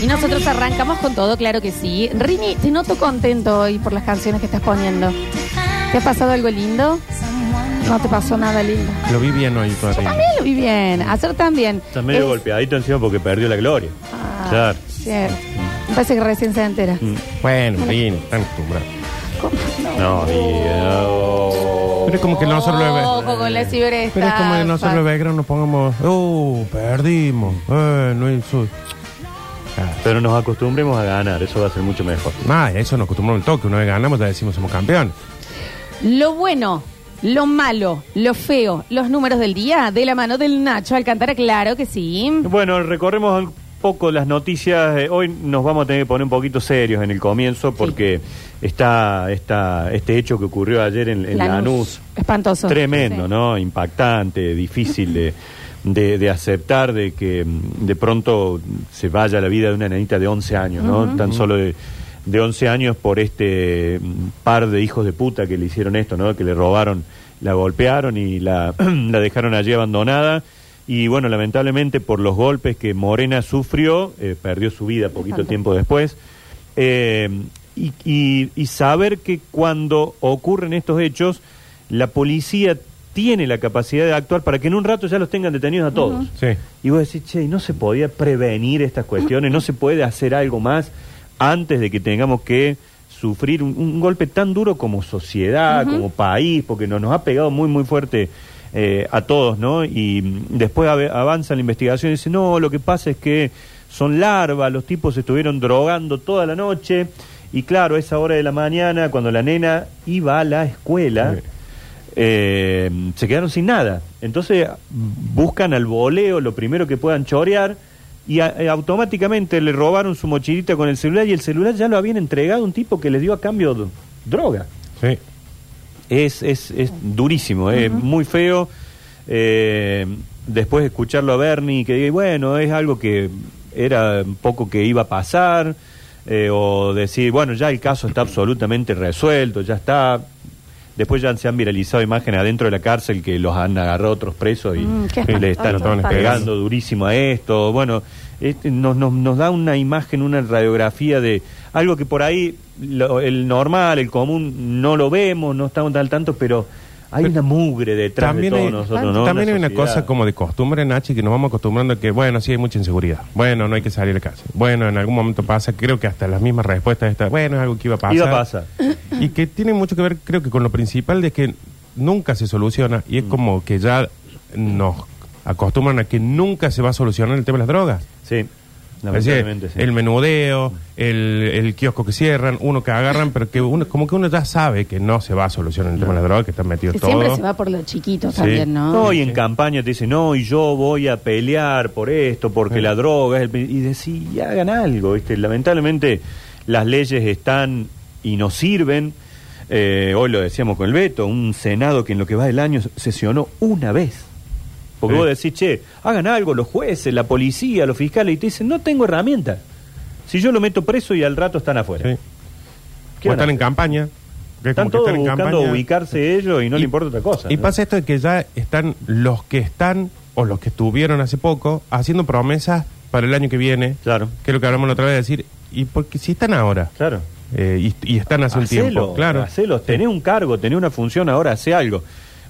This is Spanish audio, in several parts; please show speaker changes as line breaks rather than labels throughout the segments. Y nosotros arrancamos con todo, claro que sí. Rini, te noto contento hoy por las canciones que estás poniendo. ¿Te ha pasado algo lindo? No te pasó nada lindo.
Lo vi bien hoy
Yo
todavía.
también lo vi bien. Ayer también.
Está medio
Es-
golpeadito encima porque perdió la gloria.
Ah,
Claro. Mm.
cierto. Me parece que recién se entera.
Bueno, bien, están acostumbrados.
¿Cómo? No.
No,
Pero es como que nosotros lo
Oh, Ojo
ve-
con la ciberestafa.
Pero es como que nosotros lo ve- nos pongamos. Uh, perdimos. Eh, no insultes. Ah,
Pero nos acostumbremos a ganar, eso va a ser mucho mejor.
nah, eso nos acostumbramos al toque. Una vez ganamos, ya decimos somos campeones.
Lo bueno, lo malo, lo feo, los números del día, de la mano del Nacho Alcántara, claro que sí.
Bueno, recorremos un poco las noticias. Eh, hoy nos vamos a tener que poner un poquito serios en el comienzo porque está, está este hecho que ocurrió ayer en, en Lanús.
Espantoso.
Tremendo,
Sí.
¿no? Impactante, difícil de, de- de aceptar, de que mm, de pronto se vaya la vida de una nenita de 11 años, ¿no? Tan solo de, de 11 años por este mm, par de hijos de puta que le hicieron esto, ¿no? Que le robaron, la golpearon y la, la dejaron allí abandonada. Y bueno, lamentablemente por los golpes que Morena sufrió, eh, perdió su vida poquito
Bastante.
tiempo después. Eh, y, y- y saber que cuando ocurren estos hechos, la policía tiene la capacidad de actuar para que en un rato ya los tengan detenidos a todos.
Sí.
Y vos decís, che, ¿y no se podía prevenir estas cuestiones? ¿No se puede hacer algo más antes de que tengamos que sufrir un, un golpe tan duro como sociedad, como país? Porque nos, nos ha pegado muy, muy fuerte eh, a todos, ¿no? Y mm, después ave- avanza la investigación y dice, no, lo que pasa es que son larvas, los tipos se estuvieron drogando toda la noche. Y claro, a esa hora de la mañana, cuando la nena iba a la escuela,
Sí.
eh, se quedaron sin nada. Entonces buscan al voleo lo primero que puedan chorear y a- eh, automáticamente le robaron su mochilita con el celular y el celular ya lo habían entregado a un tipo que les dio a cambio d- droga.
Sí.
Es, es, es durísimo, es muy feo. Eh, después de escucharlo a Bernie que diga, bueno, es algo que era un poco que iba a pasar, eh, o decir, bueno, ya el caso está absolutamente resuelto, ya está. Después ya se han viralizado imágenes adentro de la cárcel que los han agarrado otros presos y
Mm, qué espantoso,
le están
espantoso.
pegando durísimo a esto. Bueno, este, nos, nos- nos da una imagen, una radiografía de algo que por ahí lo- el normal, el común, no lo vemos, no estamos al tanto, pero hay una mugre detrás
También,
de todos
hay,
nosotros. ¿no?
también hay una
sociedad.
cosa como de costumbre, Nachi, que nos vamos acostumbrando a que, bueno, sí hay mucha inseguridad. Bueno, no hay que salir de casa. Bueno, en algún momento pasa, creo que hasta las mismas respuestas están, bueno, es algo que iba a pasar.
Iba a pasar.
Y que tiene mucho que ver, creo que con lo principal de que nunca se soluciona y es
Mm.
como que ya nos acostumbran a que nunca se va a solucionar el tema de las drogas.
Sí,
Es decir,
lamentablemente. sí. Mm.
el menudeo, el, el kiosco que cierran, uno que agarran, pero que uno, como que uno ya sabe que no se va a solucionar el tema de las drogas, que están metidos
Que
todos.
siempre se va por los chiquitos
Sí.
también, ¿no?
No, y en campaña te dicen, no, y yo voy a pelear por esto, porque la droga es el... pri-". Y decís, "Y hagan algo, ¿viste? Lamentablemente las leyes están y no sirven. Eh, hoy lo decíamos con el Beto, un Senado que en lo que va del año sesionó una vez. Porque
Sí.
vos decís, che, hagan algo los jueces, la policía, los fiscales, y te dicen, no tengo herramientas. Si yo lo meto preso y al rato están afuera.
Sí.
¿Qué
O
van a
están en
hacer?
campaña. que es
Están
como que
todos
en
buscando
campaña.
ubicarse ellos y no
Y-
le importa otra cosa.
Y
¿no?
pasa esto de que ya están los que están o los que estuvieron hace poco haciendo promesas para el año que viene.
Claro.
Que es lo que hablamos la otra vez, decir, ¿y porque si están ahora?
Claro.
Eh, y, y están hace
Hacelo,
un tiempo. Claro.
hacelo. Tenés un cargo, tenés una función, ahora hace algo.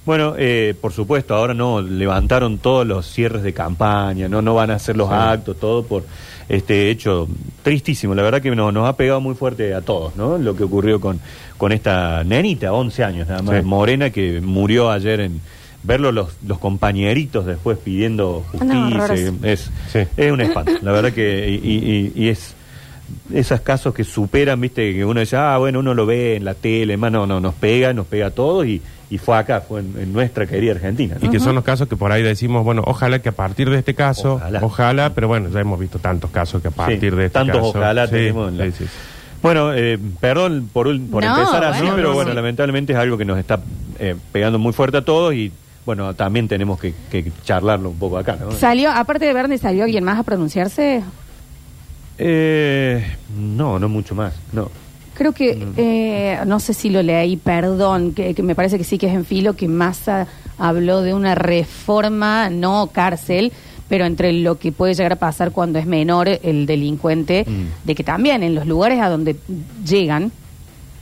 Bueno, eh, por supuesto, ahora no levantaron todos los cierres de campaña, no no van a hacer los actos, todo por este hecho tristísimo. La verdad que no- nos ha pegado muy fuerte a todos, ¿no? Lo que ocurrió con, con esta nenita, 11 años nada más,
Sí.
morena, que murió ayer en verlo los, los compañeritos después pidiendo
No,
justicia.
horroroso.
es,
Sí.
es un espanto, la verdad que... y- y- y- y es esos casos que superan, viste, que uno dice, ah, bueno, uno lo ve en la tele, más no, no, nos pega, nos pega a todos y, y fue acá, fue en, en nuestra querida Argentina.
Y
¿no?
que son los casos que por ahí decimos, bueno, ojalá que a partir de este caso,
Ojalá.
ojalá, pero bueno, ya hemos visto tantos casos que a partir
Sí,
de este
tantos
caso.
ojalá
Sí,
tenemos en la-
sí, sí, sí.
Bueno, eh, perdón por, un- por
No,
empezar así,
bueno,
pero
no,
bueno,
sí.
lamentablemente es algo que nos está eh, pegando muy fuerte a todos y bueno, también tenemos que, que charlarlo un poco acá. ¿no?
Salió, aparte de Bernie, ¿salió alguien más a pronunciarse?
Eh, no, no mucho más, no.
Creo que,
Mm.
eh, no sé si lo leí, perdón, que, que me parece que sí que es en filo, que Massa habló de una reforma, no cárcel, pero entre lo que puede llegar a pasar cuando es menor el delincuente,
Mm.
de que también en los lugares a donde llegan,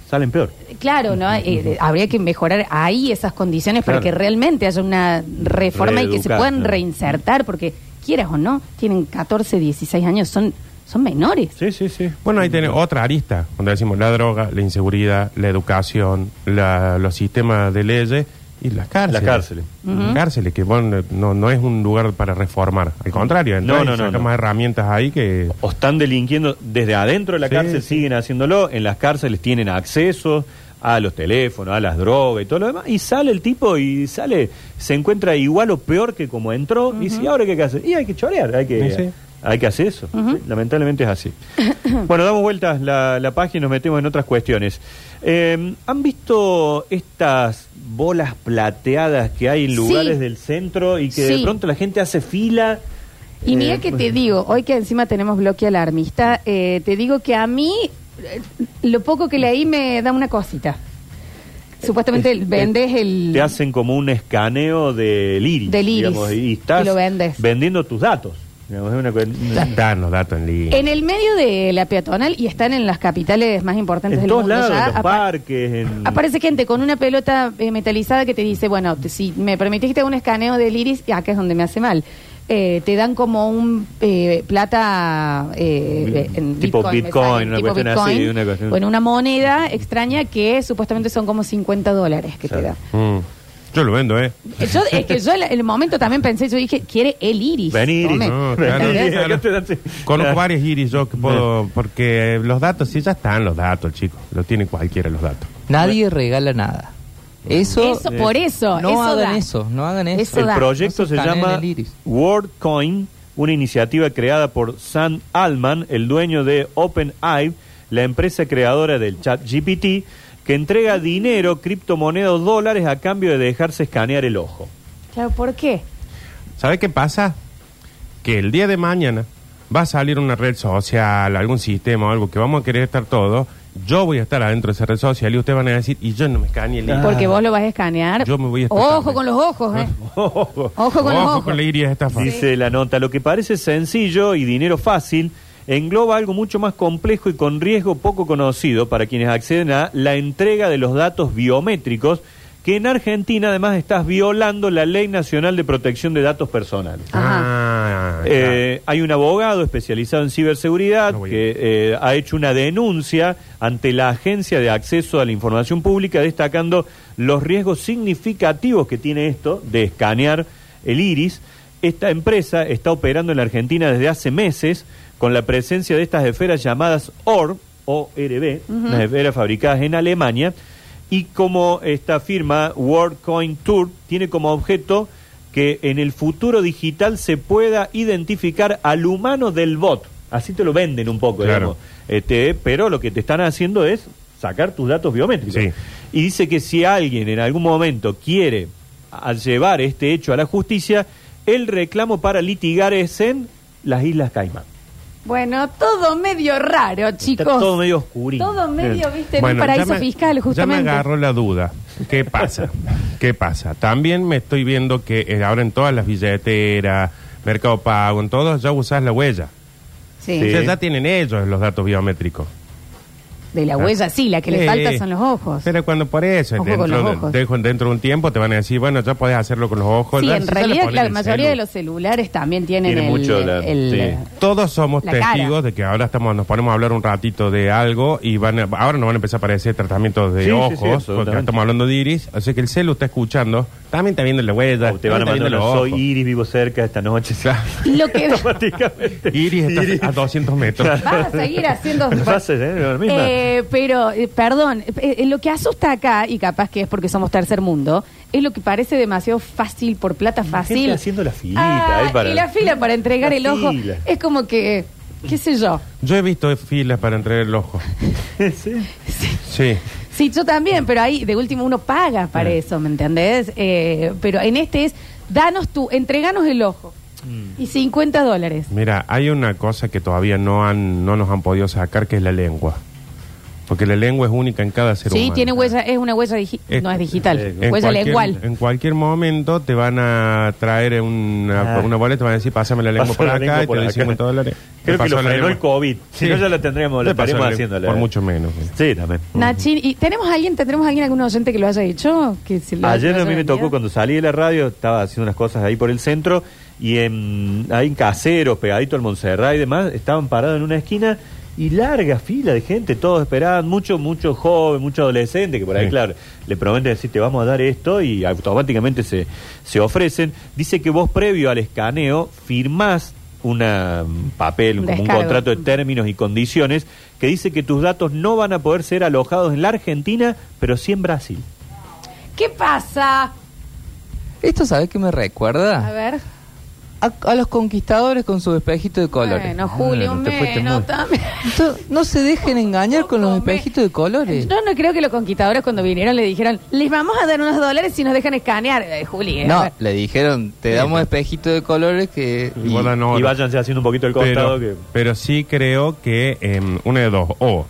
Salen peor.
Claro, ¿no? Eh, de- habría que mejorar ahí esas condiciones para
Claro.
que realmente haya una reforma y que se
Reeducar,
puedan
¿no?
reinsertar, porque quieras o no, tienen 14, 16 años, son, son menores.
Sí, sí, sí.
Bueno, ahí tiene otra arista, donde decimos la droga, la inseguridad, la educación, la- los sistemas de leyes y las cárceles.
Las cárceles.
Ujú.
Cárceles, que bueno, no, no es un lugar para reformar. Al contrario,
No,
no,
no, no,
sacamos
no.
herramientas ahí que...
O están delinquiendo desde adentro de la
Sí,
cárcel,
sí.
siguen haciéndolo. En las cárceles tienen acceso a los teléfonos, a las drogas y todo lo demás. Y sale el tipo y sale, se encuentra igual o peor que como entró. Y dice, ¿y ahora qué hay que hacer? Y hay que chorear, hay que,
Sí, sí.
Hay que hacer eso. Sí, lamentablemente es así. bueno, damos vueltas la, la página y nos metemos en otras cuestiones. Eh, ¿Han visto estas bolas plateadas que hay en
Sí.
lugares del centro y que de
Sí.
pronto la gente hace fila?
Y mira
Eh,
que te
pues-
digo, hoy que encima tenemos bloque alarmista, eh, te digo que a mí eh, lo poco que leí me da una cosita. Supuestamente
Es-
vendes
es-
el...
Te hacen como un escaneo del iris.
Del iris.
digamos, y estás
Y lo vendes.
vendiendo tus datos. digamos, es una cuen-
Dan los datos en línea.
En el medio de la peatonal y están en las capitales más importantes
en
del
todos
mundo.
lados,
ya,
en los
apa-
parques. en-
Aparece gente con una pelota eh, metalizada que te dice, bueno, te- si me permitís que te haga un escaneo del iris, y acá es donde me hace mal. Eh, te dan como un eh, plata eh,
Bi-
en
tipo
me
Bitcoin,
sale,
una cuestión así, una cuestión-
Bueno, una moneda extraña que supuestamente son como 50 dólares que te
Claro.
dan.
Mm. Yo lo vendo, ¿eh?
Eh, Yo, es que yo en el momento también pensé, yo dije, quiere el iris.
Ven iris.
Tome.
No,
Ven
claro,
iris,
claro.
acá te dan- sí.
Conozco
Claro.
varios iris yo que puedo... Porque los datos, sí, ya están los datos, chicos. Lo tiene cualquiera los datos.
Nadie regala nada. Eso,
Eso, por eso.
no
eso
hagan
da.
eso, no hagan eso.
Eso
El
da.
proyecto
No se
se
escaneen
llama
el iris.
WorldCoin, una iniciativa creada por Sam Altman, el dueño de OpenAI, la empresa creadora del chat GPT, que entrega dinero, criptomonedas o dólares a cambio de dejarse escanear el ojo.
Claro, ¿por qué?
¿Sabe qué pasa? Que el día de mañana va a salir una red social, algún sistema o algo que vamos a querer estar todos. Yo voy a estar adentro de esa red social y ustedes van a decir, y yo no me escaneé el
Ah.
iris.
Porque vos lo vas a escanear.
Yo me voy a escanear.
Ojo con los ojos, ¿eh? Ojo con los ojos.
la iris estafa.
Dice la nota, lo que parece sencillo y dinero fácil engloba algo mucho más complejo y con riesgo poco conocido para quienes acceden a la entrega de los datos biométricos, que en Argentina además estás violando la Ley Nacional de Protección de Datos Personales.
Ah, claro.
Eh, hay un abogado especializado en ciberseguridad
No voy a-
que eh, ha hecho una denuncia ante la Agencia de Acceso a la Información Pública destacando los riesgos significativos que tiene esto de escanear el iris. Esta empresa está operando en la Argentina desde hace meses con la presencia de estas esferas llamadas ORB, ORB, unas esferas fabricadas en Alemania, y como esta firma WorldCoin Tour tiene como objeto que en el futuro digital se pueda identificar al humano del bot. Así te lo venden un poco,
Claro.
digamos. Este, pero lo que te están haciendo es sacar tus datos biométricos.
Sí.
Y dice que si alguien en algún momento quiere a- llevar este hecho a la justicia, el reclamo para litigar es en las Islas Caimán.
Bueno, todo medio raro, chicos.
Está todo medio oscurito.
Todo medio, viste, en Este, un
Bueno,
paraíso
ya me-
fiscal,
Ya me
justamente.
agarró la duda. ¿Qué pasa? ¿Qué pasa? También me estoy viendo que eh, ahora en todas las billeteras, Mercado Pago, en todos ya usás la huella.
Sí.
Sí.
O sea, ya tienen ellos los datos biométricos.
De la huella, sí, la que le
Eh,
falta son los ojos.
Pero cuando por eso,
Ojo con
dentro,
los
de,
ojos.
dejo- dentro de un tiempo te van a decir, bueno, ya podés hacerlo con los ojos.
sí,
ya,
en
si ya le
realidad
ponen
la
el
mayoría
celu.
de los celulares también tienen
Tiene
el,
mucho la-
el-
sí.
Todos somos
La cara.
testigos de que ahora estamos nos ponemos a hablar un ratito de algo y van a- ahora nos van a empezar a aparecer tratamientos de
Sí, sí, sí,
ojos, porque ahora
absolutamente.
estamos hablando de iris, así que el celu está escuchando, también está viendo la huella,
O te van a
también
mandar
está viendo los
una, soy
ojos.
Iris, vivo cerca esta noche.
Lo que-
Automáticamente.
Iris está
Iris.
a 200 metros.
Vas a seguir haciendo...
No haces, ¿eh? Lo mismo.
Eh, pero, eh, perdón, eh, eh, lo que asusta acá, y capaz que es porque somos tercer mundo, es lo que parece demasiado fácil por plata fácil.
gente haciendo la filita,
Ah,
eh, para-
Y la fila para entregar
La
el ojo.
fila.
Es como que, qué sé yo.
Yo he visto filas para entregar el ojo.
Sí.
Sí.
Sí, yo también, pero ahí de último uno paga para eso, ¿me entendés? Eh, pero en este es, danos tú, entreganos el ojo. Y 50 dólares.
Mira, hay una cosa que todavía no han no nos han podido sacar que es la lengua. Porque la lengua es única en cada ser
sí,
humano.
tiene huella, es una huella digi-
Es-
no es digital,
eh,
En
huella
cualquier,
lengual.
en cualquier momento te van a traer una,
Ah.
una boleta, te van a decir, pásame la lengua
Pasa
por
la
acá
lengua
y
por
te doy
acá.
50 dólares. Te
Creo que
pasó
lo
la
frenó
lengua.
el COVID. Si
Sí.
no, ya lo tendríamos, lo
Te pasó
estaríamos
la lengua,
haciéndole. ¿eh?
Por mucho menos.
Sí, también.
Nachin, ¿y tenemos alguien, tendremos alguien, algún oyente que lo haya hecho? Que se lo-
Ayer
lo
a mí
haya
me tocó
vendido?
cuando salí de la radio, estaba haciendo unas cosas ahí por el centro, y en, ahí en Caseros, pegadito al Montserrat y demás, estaban parados en una esquina y larga fila de gente, todos esperaban, mucho, mucho joven, mucho adolescente, que por ahí,
Sí.
claro, le prometen decir, te vamos a dar esto, y automáticamente se, se ofrecen. Dice que vos, previo al escaneo, firmás una mm, papel,
Un
como un
descargo.
contrato de términos y condiciones, que dice que tus datos no van a poder ser alojados en la Argentina, pero sí en Brasil.
¿Qué pasa?
¿Esto sabes que me
A
recuerda?
ver.
A, a los conquistadores con su espejito de colores.
Bueno, Julio,
Ah, no te fuiste
menos
muy-
también.
Esto- no se dejen engañar con los
Come.
espejitos de colores.
Yo no creo que los conquistadores cuando vinieron le dijeron, les vamos a dar unos dólares si nos dejan escanear, eh, Juli. eh, a
No,
ver.
le dijeron, te damos espejito de colores que...
Y vos dan
Y
oro.
váyanse haciendo un poquito el costado
pero,
que...
pero sí creo que em, una de dos. O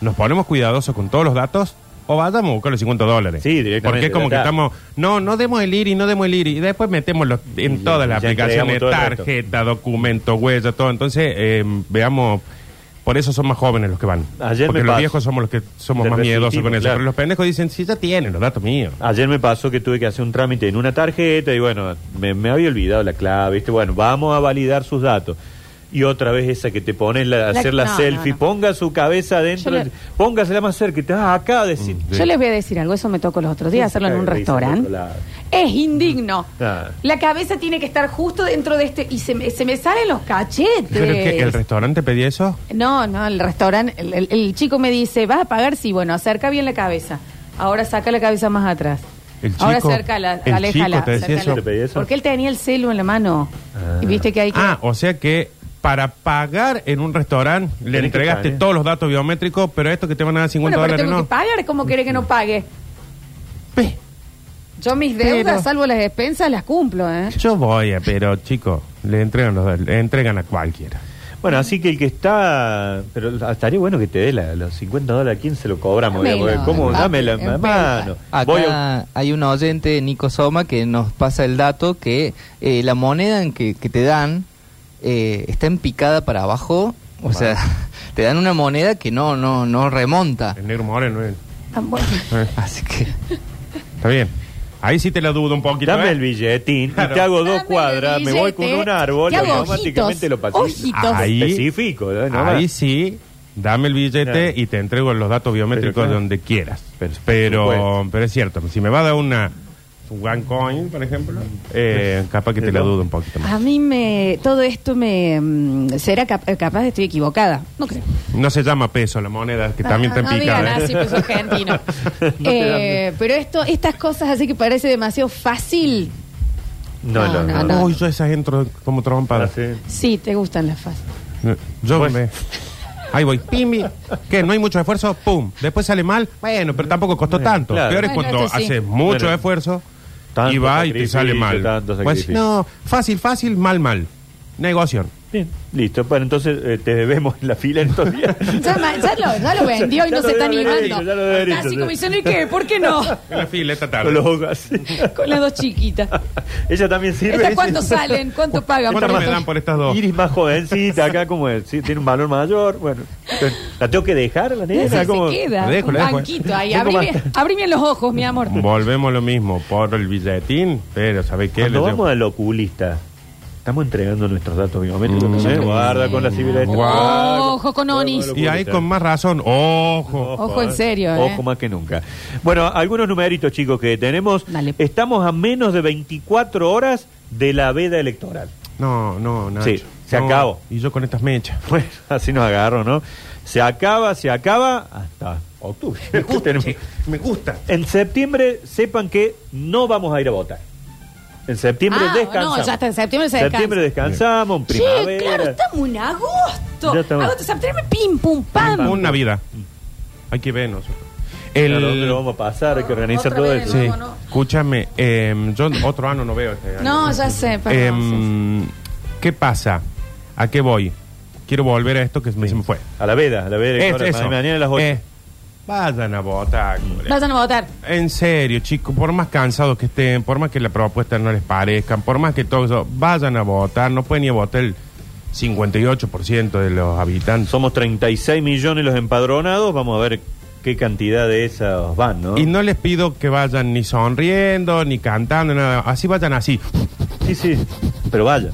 nos ponemos cuidadosos con todos los datos o vayamos a buscar los 50 dólares.
Sí, directamente,
Porque es como que
ya está.
estamos, no, no demos el IRI, no demos el IRI. Y después metemos los- en
Y
todas las
ya entregamos
aplicaciones,
todo el resto.
tarjeta, documento, huella, todo. Entonces, em, veamos, por eso son más jóvenes los que van.
Ayer
porque
me
los
pasó.
viejos somos los que somos
Del
más miedosos con
resistimos,
eso.
claro.
Pero los pendejos dicen, sí, ya tienen los datos míos.
Ayer me pasó que tuve que hacer un trámite en una tarjeta y bueno, me, me había olvidado la clave, ¿viste? Bueno, vamos a validar sus datos. Y otra vez esa que te pones la,
La-
hacer la
no,
selfie,
no, no.
ponga su cabeza adentro,
Yo le-
póngasela más cerca, y te vas acá a decir...
Mm,
Yo les voy a decir algo, eso me tocó los otros días,
Sí,
hacerlo en un
cae de risa por
restaurante.
otro lado.
Es indigno.
Ah.
La cabeza tiene que estar justo dentro de este y se me, se me salen los cachetes.
Pero que el restaurante pedía eso.
No, no, el restaurante, el, el- el chico me dice, vas a pagar, sí, bueno, acerca bien la cabeza. Ahora saca la cabeza más atrás.
El chico-
Ahora acércala,
el
aléjala.
chico te decía
acércala.
eso. ¿Te pedí eso?
Porque él tenía el celo en la mano.
Ah.
Y viste que hay que...
Ah, o sea que para pagar en un restaurante le
Tenés que
entregaste
pagar.
todos los datos biométricos, pero esto que te van a dar 50
bueno, pero
dólares
tengo que
no.
pagar, ¿cómo quiere que no pague?
Pe-
Yo mis deudas, salvo las despensas, las cumplo, ¿eh?
Yo voy, a- pero chico, le entregan los, le entregan a cualquiera.
Bueno, así que el que está... Pero estaría bueno que te dé la- los 50 dólares, ¿a quién se lo cobramos?
Dámelo,
Porque ¿Cómo?
papi,
Dame la
en PayPal.
mano.
Acá
Voy a-
hay un oyente, Nico Soma, que nos pasa el dato que eh, la moneda en que, que te dan eh, está en picada para abajo. O sea, te dan una moneda que no, no, no remonta.
El negro moreno, eh.
Ah, bueno.
Eh,
Así que...
está bien. Ahí sí te la dudo un poquito.
Dame
¿eh?
el billetín
Claro.
y te hago dos
Dame el
cuadras, me
billete,
voy con un árbol
te
y
hago
automáticamente
ojitos,
lo paso.
ojitos.
Ahí.
Específico, ¿eh? No
Ahí
más.
sí, dame el billete
Claro.
y te entrego los datos biométricos
claro.
donde quieras.
Pero-
Pero,
por
pero,
supuesto.
es cierto, si me va a dar una un one coin, por ejemplo, eh, capaz que te la dudo un poquito más.
A mí me... Todo esto me... mm, ¿Será cap- capaz de estoy equivocada? No creo.
No se llama peso la moneda, que
No,
también
no,
te
no
pica.
digan
¿eh?
así, pues soy argentino.
No te dan
Eh, pero esto, estas cosas así que parece demasiado fácil.
No, no, no.
no.
Uy, yo esas entro como
Ah,
trompadas.
sí.
Sí, te gustan las fáciles.
Yo
Pues-
me... Ahí voy, pimbi, que no hay mucho esfuerzo, pum. Después sale mal, bueno, pero tampoco costó tanto.
claro.
Peor es
Bueno,
cuando
esto sí.
haces mucho
Bueno.
esfuerzo y
Tanto
va y te
sacrificio,
sale mal.
tanto
Pues,
sacrificio.
no, fácil, fácil, mal, mal. Negocio.
Bien, listo. Bueno, entonces eh, te vemos en la fila en estos días.
Ya, ma- ya lo, ya lo vendió y
Ya
no
lo
se está
debe haber hecho, ya lo
animando.
debe haber
Está
hecho,
así
sí.
como diciendo, ¿y qué? ¿Por qué no?
En la fila esta tarde.
Con los ojos así.
Con las dos chiquitas.
Ella también sirve.
¿Estas
dice.
cuánto salen? ¿Cuánto pagan?
¿Cuánto
por
me
esto?
dan por estas dos?
Iris más jovencita, acá como es, sí, tiene un valor mayor. Bueno, la tengo que dejar a la
Esa
nena.
se
como-
queda.
Lo dejo,
un
lo dejo, eh.
banquito ahí.
Tengo
Abrime,
bastante.
abrime los ojos, mi amor.
Volvemos a lo mismo, por el billetín, pero ¿sabés qué?
Cuando
Le
vamos
llevo-
al oculista, estamos entregando nuestros datos biométricos.
Mm.
también. Guarda con la civilidad.
Guau.
Ojo con Onis.
Y ahí con más razón, ojo.
Ojo, en serio,
Ojo
eh.
más que nunca. Bueno, algunos numeritos, chicos, que tenemos.
Dale.
Estamos a menos de 24 horas de la veda electoral.
No, no, Nacho.
Sí, se
No.
acabó.
Y yo con estas mechas.
Bueno, así nos agarro, ¿no? Se acaba, se acaba hasta octubre. Tenemos-
me gusta.
en septiembre, sepan que no vamos a ir a votar. En septiembre
Ah,
descansamos.
no, ya está, en septiembre se
septiembre descansamos, en
Che,
primavera.
claro, estamos en agosto.
Ya estamos.
Agosto, septiembre, pim, pum, pam.
Una vida. Hay que ver nosotros.
Claro, ¿dónde lo
El,
vamos a pasar, hay que organizar
Otra
todo
vez,
eso.
¿no?
sí,
Vamos, ¿no?
escúchame, eh, yo otro año no veo este año.
No, ya sé, perdón.
Em, ¿Qué pasa? ¿A qué voy? Quiero volver a esto que me- se me fue.
A la veda, a la veda.
Es
electoral,
eso.
mañana a las Mm. ocho.
Eh, Vayan a votar. colega.
Vayan a votar.
En serio, chicos, por más cansados que estén, por más que las propuestas no les parezcan, por más que todo eso, vayan a votar. No pueden ir a votar el 58% de los habitantes.
Somos 36 millones los empadronados, vamos a ver qué cantidad de esas van, ¿no?
Y no les pido que vayan ni sonriendo, ni cantando, nada. Así vayan así.
Sí, sí, pero vaya.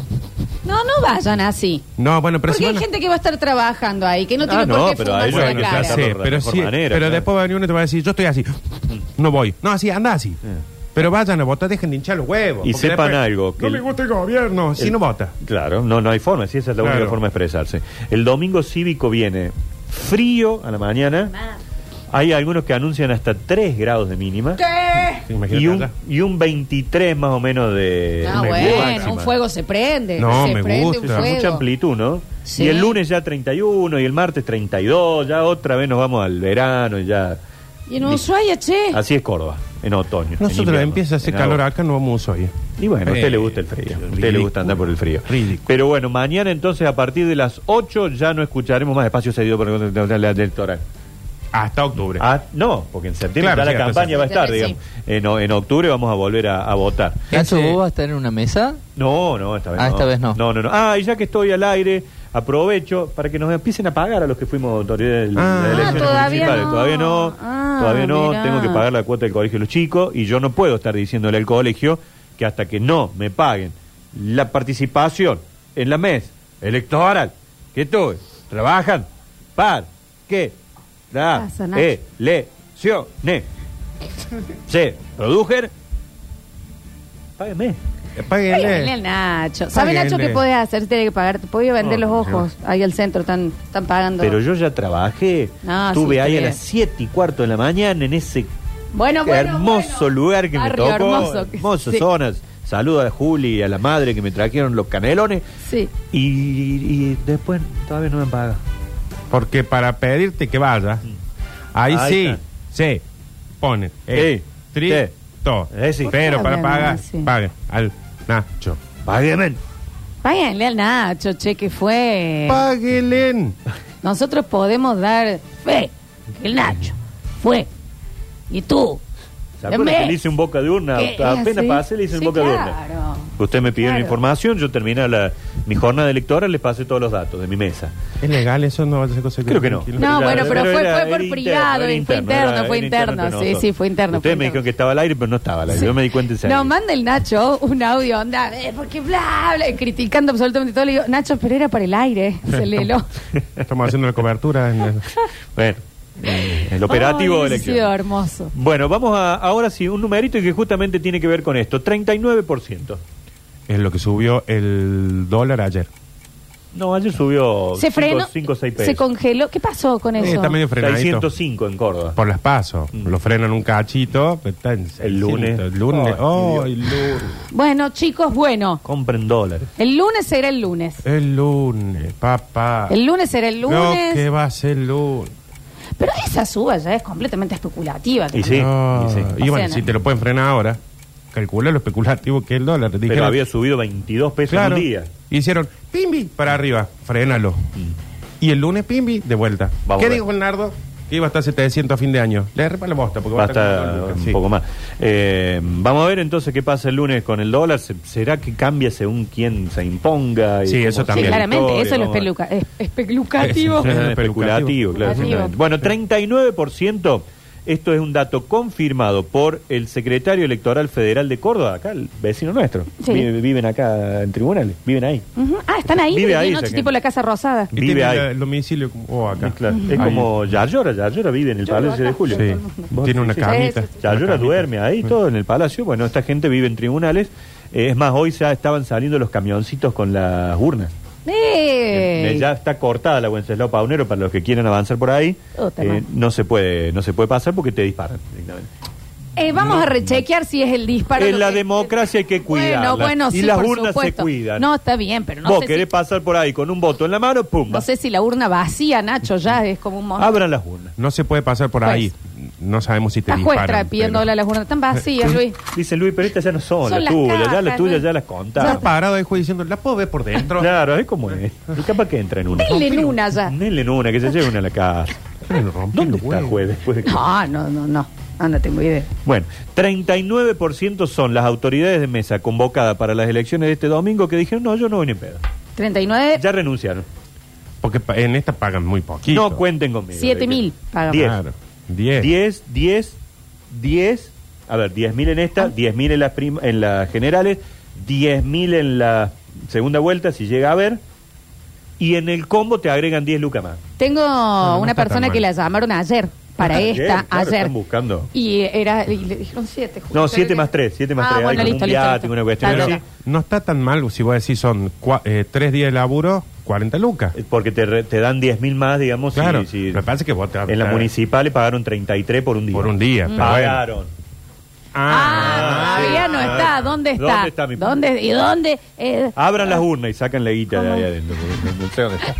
No, no vayan así.
No, bueno, pero
Porque
si
hay
van a-
gente que va a estar trabajando ahí, que no
Ah,
tiene
no,
por qué
pero
fumar
ahí
por la
bueno,
cara.
claro.
ya sé, pero
Mejor
sí,
manera,
pero
claro.
después va a venir uno y te va a decir, yo estoy así, no voy. No, así, anda así. Pero vayan a votar, dejen de hinchar los huevos.
Y
porque
sepan algo, que
no
el-
me gusta el gobierno, si
El-
no vota.
Claro, no, no hay forma, sí, esa es la
Claro.
única forma de expresarse. El domingo cívico viene frío a la mañana. Hay algunos que anuncian hasta 3 grados de mínima.
¿Qué?
Sí, imagínate
Y un,
allá.
y un 23 más o menos de.
No,
Eh, Me
Ah, bueno,
gusta.
un fuego se prende.
No,
se
me
prende
gusta.
un
Es
Mucha
fuego.
amplitud, ¿no?
Sí.
Y el lunes ya 31, y el martes 32, ya otra vez nos vamos al verano, y ya.
Y en Ushuaia, che.
Así es Córdoba, en otoño. en
Nosotros
invierno,
empieza a hacer
en
calor
agosto.
acá, no vamos hoy.
Y bueno, a usted
Eh,
le gusta el frío. A usted le
ridículo.
gusta andar por el frío.
Ridículo.
Pero bueno, mañana entonces a partir de las 8 ya no escucharemos más espacio cedido por el del Toral.
Hasta octubre.
Ah, no, porque en septiembre
Claro, sí,
ya la
hasta
campaña va a estar,
septiembre,
digamos. En, o- en octubre vamos a volver a, a votar.
Ese-
Nacho,
Este
¿vos vas a estar en una mesa?
No, no, esta vez
Ah,
no.
esta vez no.
No, no, no. Ah, y ya que estoy al aire, aprovecho para que nos empiecen a pagar a los que fuimos autoridades de
Ah.
las
Ah,
elecciones
todavía
municipales.
no.
Todavía no,
Ah,
todavía no.
mirá.
Tengo que pagar la cuota del colegio de los chicos y yo no puedo estar diciéndole al colegio que hasta que no me paguen la participación en la mes electoral que tuve, trabajan para que la
Pasa, Nacho.
elecciones se produjen, páguenme.
Páguenle al
Páguenle.
Nacho. ¿Sabe, Nacho,
Páguenle.
qué podés hacer? Tiene que pagar. Te podés vender
No,
los
no.
ojos ahí al centro. Están, están pagando.
Pero yo ya trabajé.
No,
Estuve
Ah, sí,
ahí a
está
las 7 y cuarto de la mañana en ese
bueno, bueno,
hermoso
bueno.
lugar que
Barrio
me tocó.
hermoso.
Hermosas
Sí,
zonas. Saludo a Juli y a la madre que me trajeron los canelones.
Sí.
Y, y después todavía no me han pagado.
Porque para pedirte que vaya, ahí,
Ahí
sí,
está.
se pone
Eh,
el
te.
trito.
Eh, sí.
Pero
¿Por qué
para
hablan
pagar,
así?
paguen al Nacho.
Páguenme.
Páguenle al Nacho, che, que
Eh.
fue.
Páguenle.
Nosotros podemos dar fe que el Nacho fue. Y tú.
¿Se acuerdan
Amén.
que le hice un boca de urna?
¿Qué?
Apenas
¿Sí?
pasé, le hice
Sí,
un boca de
claro.
urna. Usted me pidió la
Claro.
información, yo terminé la- mi jornada electoral, le pasé todos los datos de mi mesa.
¿Es legal eso? No va a ser cosa
Creo que no.
tranquilo.
No,
era-
bueno, pero fue-
era-
fue por
era interno,
privado,
era
fue interno,
era-
fue
era
interno,
entre
sí,
nosotros.
sí, fue interno,
Ustedes
fue
me
interno.
dijeron que estaba al aire, pero no estaba al aire.
Sí.
Yo me di cuenta enseguida.
Nos manda el Nacho un audio, onda, eh, porque bla, bla, criticando absolutamente todo. Le digo, Nacho, pero era para el aire, se le heló.
Estamos haciendo la cobertura. en el-
Bueno, eh, el operativo
Ay,
de
hubiese
elección.
sido hermoso.
Bueno, vamos a, ahora sí, un numerito que justamente tiene que ver con esto. 39%.
es lo que subió el dólar ayer.
No, ayer subió
Se frenó,
5 o 6 pesos.
se congeló. ¿Qué pasó con
Eh,
eso?
está medio frenadito.
605 en Córdoba.
Por las pasos.
Mm.
Lo frenan un cachito. Está en
El lunes.
600. El lunes. Oh,
Ay,
el lunes.
Bueno, chicos, bueno.
Compren dólares.
El lunes será el lunes.
El lunes, papá.
Ah.
El lunes será el
No,
lunes.
que va a ser lunes.
Pero esa suba ya es completamente especulativa.
Y sí,
No.
y sí.
Ah. Y bueno,
O sea, no.
si te lo pueden frenar ahora, calcula lo especulativo que es el dólar.
Pero
Dijeron,
había subido 22 pesos
claro,
en un día.
Hicieron pimbi para arriba, frénalo. Y el lunes pimbi de vuelta.
Vamos a
¿Qué
ver.
dijo el nardo? Que iba a estar 700 a fin de año. Le repa la bosta porque va a estar
Basta
como Lucas,
un
sí.
poco más. Eh, vamos a ver entonces qué pasa el lunes con el dólar. Se- ¿Será que cambia según quién se imponga? y
Sí,
cómo
eso
sigue
Sí,
también.
la
claramente,
historia?
eso es lo
Vamos a ver.
espeluca- es- especulativo.
Es-
Es especulativo, claro.
Especulativo.
exactamente. Bueno, 39%, esto es un dato confirmado por el secretario electoral federal de Córdoba, acá, el vecino nuestro.
Sí.
Vive- Viven acá en tribunales, viven ahí.
Ujú. Ah, están ahí,
Vive
de
ahí esa
noche,
gente.
tipo la Casa Rosada.
Y
Vive
tiene
ahí.
la- el domicilio como oh, acá.
Es, claro, es
Ahí.
como Yarlora, Yarlora vive en el
Yo vivo
Palacio de
acá,
Julio.
todo
Sí.
el mundo.
Vos-
Tiene una
sí, sí.
camita.
Sí, sí, sí.
una
Yayora
camita.
duerme ahí, todo en el palacio. Bueno, esta gente vive en tribunales. Eh, es más, hoy ya estaban saliendo los camioncitos con las urnas.
¡Ey!
Eh, Ya está cortada la Wenceslao Paunero para los que quieran avanzar por ahí.
Puta
Eh,
madre.
no se puede, no se puede pasar porque te disparan directamente.
Eh, vamos a rechequear si es el disparo.
En
lo
la
que-
democracia hay que cuidarla.
Bueno, bueno,
Y
sí,
las
por
urnas se
supuesto.
cuidan.
No, está bien, pero no
Vos
sé,
querés
si,
pasar por ahí con un voto en la mano, pum.
no sé si la urna vacía, Nacho, ya es
Ah,
como un montón.
Abran las urnas.
No se puede pasar por
Juez.
ahí. No sabemos si te
Estás
disparan.
juestra pidiéndole a las urnas. Están vacías, Luis.
Dice Luis, pero estas ya no son,
Son
las
las
tuyas, ya
cajas,
las tuyas
Luis.
ya las
pero- Estás
contamos.
parado ahí juez, diciendo, la puedo ver por dentro.
Claro, es como es. Y capaz que entra en una.
Denle en una ya.
Denle en una, que se lleve una a la casa.
Pero me rompí
¿Dónde
los
está
huevos.
juez después de que-
No, no, no, no. No, no tengo idea.
Bueno, 39% son las autoridades de mesa convocadas para las elecciones de este domingo que dijeron, no, yo no voy ni en pedo.
39,
Ya renunciaron.
Porque pa- en esta pagan muy poquito.
No cuenten conmigo.
7000
dijeron.
pagamos.
Diez.
Claro. Eh. Diez.
10, 10, 10. A ver, 10.000 en
Ah.
esta, 10.000 en las prim- en las generales, 10.000 en la segunda vuelta, si llega a haber. Y en el combo te agregan 10 lucas más.
Tengo
no
una
está tan
persona
mal.
que la llamaron ayer para
Ayer,
esta,
Ah, claro,
ayer.
están buscando.
Y era y le dijeron 7.
No, siete más tres, siete más
ah,
tres. Hay
Bueno,
como
listo,
un
listo,
viático,
listo.
una cuestión
Está
así.
bien.
No está tan mal si vos decís son cua- eh, tres días de laburo, 40 lucas.
Eh, Porque te, re- te dan 10.000 más, digamos. si-
Claro,
si-
me parece que vos te vas a
En las
pagar
municipales pagaron 33 por un día. Mm.
por un día. pero bueno.
Pagaron.
Ah,
Ah,
todavía
sí.
no está. ¿Dónde está?
¿Dónde está mi- Ah,
¿Dónde- ¿Y dónde? Eh,
Abran las urnas y sacan la guita de ahí adentro. porque no- no sé dónde está.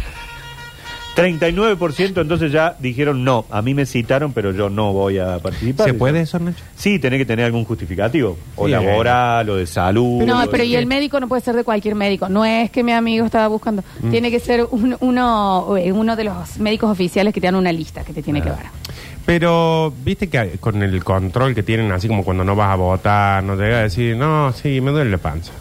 39% entonces ya dijeron no. A mí me citaron, pero yo no voy a participar.
¿Se puede eso, Nacho?
Sí, tenés que tener algún justificativo. O
Sí.
laboral, o de salud. o
No,
de-
pero y el médico no puede ser de cualquier médico. No es que mi amigo estaba buscando.
Mm.
Tiene que ser un- uno, eh, uno de los médicos oficiales que te dan una lista que te tiene
Ah.
que dar.
Pero, viste que hay- con el control que tienen, así como cuando no vas a votar, no te llega a decir, no, sí, me duele la panza.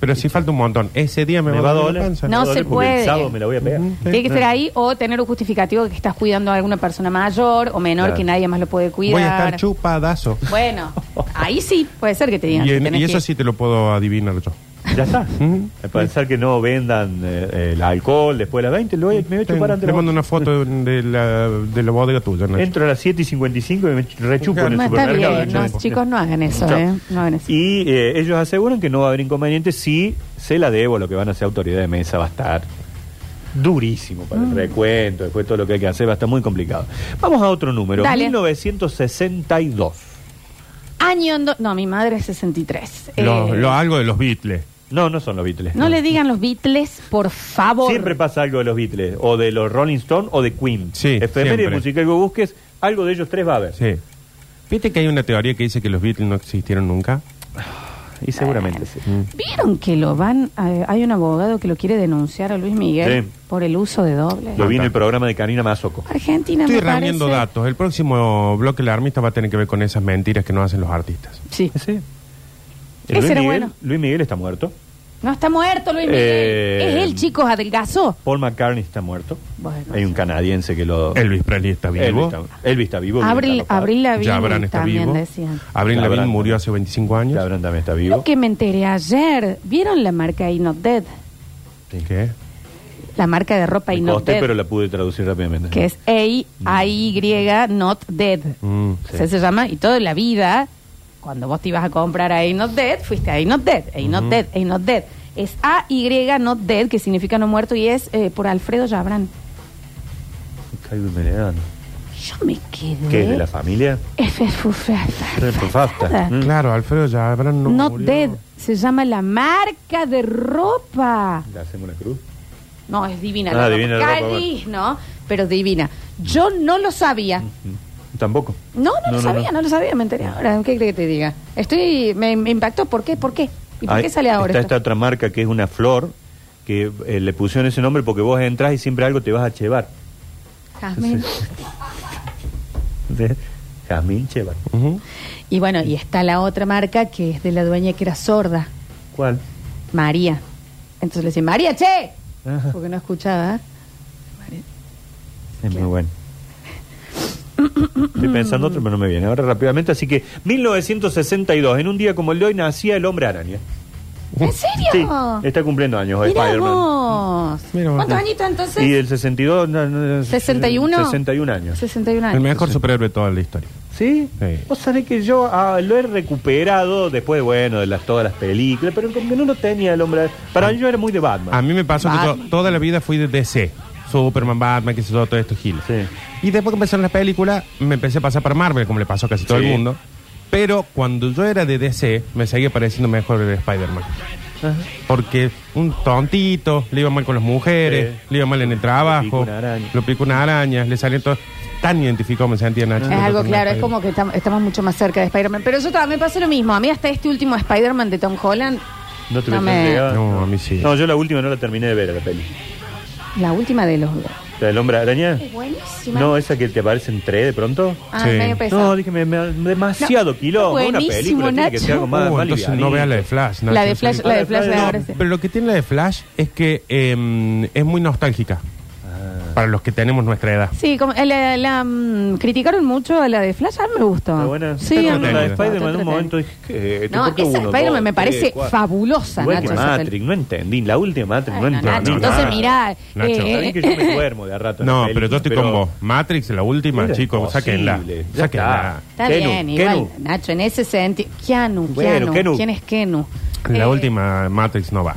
Pero si falta un montón, ese día me,
Me va a
la
doler.
panza.
No
Me va a
se
doler porque
puede.
El sábado me la voy a pegar.
Ujú.
Tiene
eh.
que ser ahí o tener un justificativo de que estás cuidando a alguna persona mayor o menor
Claro.
que nadie más lo puede cuidar.
Voy a estar chupadazo.
Bueno, ahí sí puede ser que te digan.
Y,
que
en-
tenés
y eso
que-
sí te lo puedo adivinar yo.
Ya está.
Ujú.
Al Pensar que no vendan eh, el alcohol después de las 20, lo voy, me voy a
Te,
chupar antes de
te
las
mando una foto de la, de la bodega tuya, Nacho.
Entro a las 7 y 55 y me rechupo en
No
el
está
supermercado.
bien,
Nacho.
no, chicos, no hagan eso,
No.
¿eh? No hagan eso.
Y eh, ellos aseguran que no va a haber inconveniente si se la debo, lo que van a hacer autoridad de mesa va a estar durísimo para
Mm.
el recuento, después todo lo que hay que hacer va a estar muy complicado. Vamos a otro número,
Dale.
1962.
Año. en do- No, mi madre es 63. Eh,
Lo, lo- algo de los Beatles.
No, no son los Beatles.
No le digan los Beatles, por favor.
Siempre pasa algo de los Beatles, o de los Rolling Stones, o de Queen.
Sí,
Efeméride
siempre.
musical que busques, algo de ellos tres va a haber.
Sí. Viste que hay una teoría que dice que los Beatles no existieron nunca.
Y seguramente sí.
¿Vieron que lo van? a- hay un abogado que lo quiere denunciar a Luis Miguel
Sí.
por el uso de doble.
Lo vi en el programa de Karina Mazoco.
Argentina
Estoy
me parece-
reuniendo datos. El próximo bloque de la armista va a tener que ver con esas mentiras que no hacen los artistas.
Sí.
Sí.
Ese
Luis,
era
Miguel,
bueno.
Luis Miguel está muerto.
No está muerto Luis Miguel.
Eh,
Es él, chicos, adelgazó.
Paul McCartney está muerto.
Bueno.
Hay un canadiense que lo.
Elvis Presley está
Elvis
vivo.
está, Elvis está vivo.
Abril, Abril
Lavigne.
Lavigne
Ya Abraham está
también
vivo.
decían.
Abril
Abraham.
Lavigne murió hace 25 años.
también está
Lo
vivo.
que me enteré ayer, ¿vieron la marca Inot Dead?
¿Qué?
La marca de ropa
Me
Inot
costé,
Dead,
pero la pude traducir rápidamente.
que es A-I-Y Not Dead.
Mm.
O sea, se llama, y toda la vida, cuando vos te ibas a comprar a Ain't Not Dead, fuiste a Ain't Not Dead, Ain't Not Dead, Ain't Not Dead. Es A-Y Not Dead, que significa no muerto, y es eh, por Alfredo Jabrán.
Calvo y Meledano.
Yo me quedé...
¿Qué es de la familia?
F- fu- fa- fa-
Refafasta. Mm.
Claro, Alfredo ya Abraham no
Not
murió.
Dead se llama la marca de ropa.
¿Le hacemos una cruz?
No, es divina.
Ah,
la ropa.
divina la ropa,
Cáliz, ¿no? Pero divina. Yo no lo sabía.
Mm. Tampoco.
No, no, lo
No, no,
sabía, no.
no.
lo sabía, me enteré ahora. ¿Qué crees que te diga? Estoy, me, me impactó. ¿Por qué? ¿Por qué? ¿Y por
Ahí
qué sale ahora?
Está
esto?
esta otra marca que es una flor que eh, le pusieron ese nombre porque vos entras y siempre algo te vas a llevar.
Jazmín.
De- Jazmín Chevar.
Ujú.
Y bueno, y está la otra marca que es de la dueña que era sorda,
¿Cuál?
María. Entonces le decía, María, che.
Ajá.
Porque no escuchaba.
Es muy bueno. Estoy pensando otro, pero no me viene ahora rápidamente. Así que 1962, en un día como el de hoy, nacía el hombre araña.
¿En serio?
Sí, está cumpliendo años
Mirá
Spider-Man.
vos.
Mira vos.
¿Cuántos añitos entonces?
Y del 62, no, no, no,
61.
61 años.
61
El
años.
mejor superhéroe de toda la historia.
¿Sí?
Sí.
Vos sabés que yo ah, lo he recuperado después, bueno, de las, todas las películas, pero como que no lo tenía el hombre. Para mí yo era muy de Batman.
A mí me pasó que
Batman.
to- toda la vida fui de DC. Superman, Batman, que se todo, todo esto gil.
Sí.
Y después que empezaron las películas, me empecé a pasar para Marvel, como le pasó a casi todo
Sí.
el mundo. Pero cuando yo era de DC, me seguía pareciendo mejor el Spider-Man.
Ajá.
Porque un tontito, le iba mal con las mujeres,
Sí.
le iba mal en el trabajo,
una araña.
lo picó una araña, le salía todo. Tan identificado me sentía Nacho.
Es algo claro, es como que tam- estamos mucho más cerca de Spider-Man. Pero yo también pasé lo mismo. A mí hasta este último Spider-Man de Tom Holland.
No te
No
lo
me-
No, a mí sí.
No, yo la última no la terminé de ver, la peli.
La última de los.
¿La del hombre araña?
Es buenísima.
No, esa que te aparece en tres de pronto.
Ah,
Sí.
medio pesado.
No, dije, me- me- demasiado
No,
quilombo. Una
buenísimo,
película tiene que ser
Nacho.
algo más,
Uh,
más
entonces no
livianito.
veas la de Flash. Nacho,
la de
en
Flash,
serio.
la de Flash de
No,
ahora sí.
Pero lo que tiene la de Flash es que eh, es muy nostálgica
Ah.
para los que tenemos nuestra edad.
Sí, como, eh, la, la, mm, criticaron mucho a la de Flash, a mí me gustó.
Está buena.
Sí,
Está
a mí me
la
entretenida.
de
gustó,
Spider-Man en
está
un momento
entretenida.
dije, ¿qué? ¿Esto
No,
por qué
esa
uno,
Spider-Man
dos,
me parece
tres, cuatro?
fabulosa,
Igual que
Nacho, esa
Matrix, no entendí. La última Matrix, no
Ay,
entendí.
Nacho,
nada.
entonces mirá.
Nacho,
eh,
Está bien que yo me duermo de a rato. en
No,
la
pero yo estoy
película,
con
pero-
vos. Matrix, la última,
Era
chicos,
imposible.
sáquenla.
Ya
Sáquenla.
Está
Kenu,
bien, igual,
Kenu.
Nacho, en ese sentido. Keanu,
Bueno,
Keanu,
Kenu.
¿Quién es Kenu?
La
Eh,
última Matrix no va.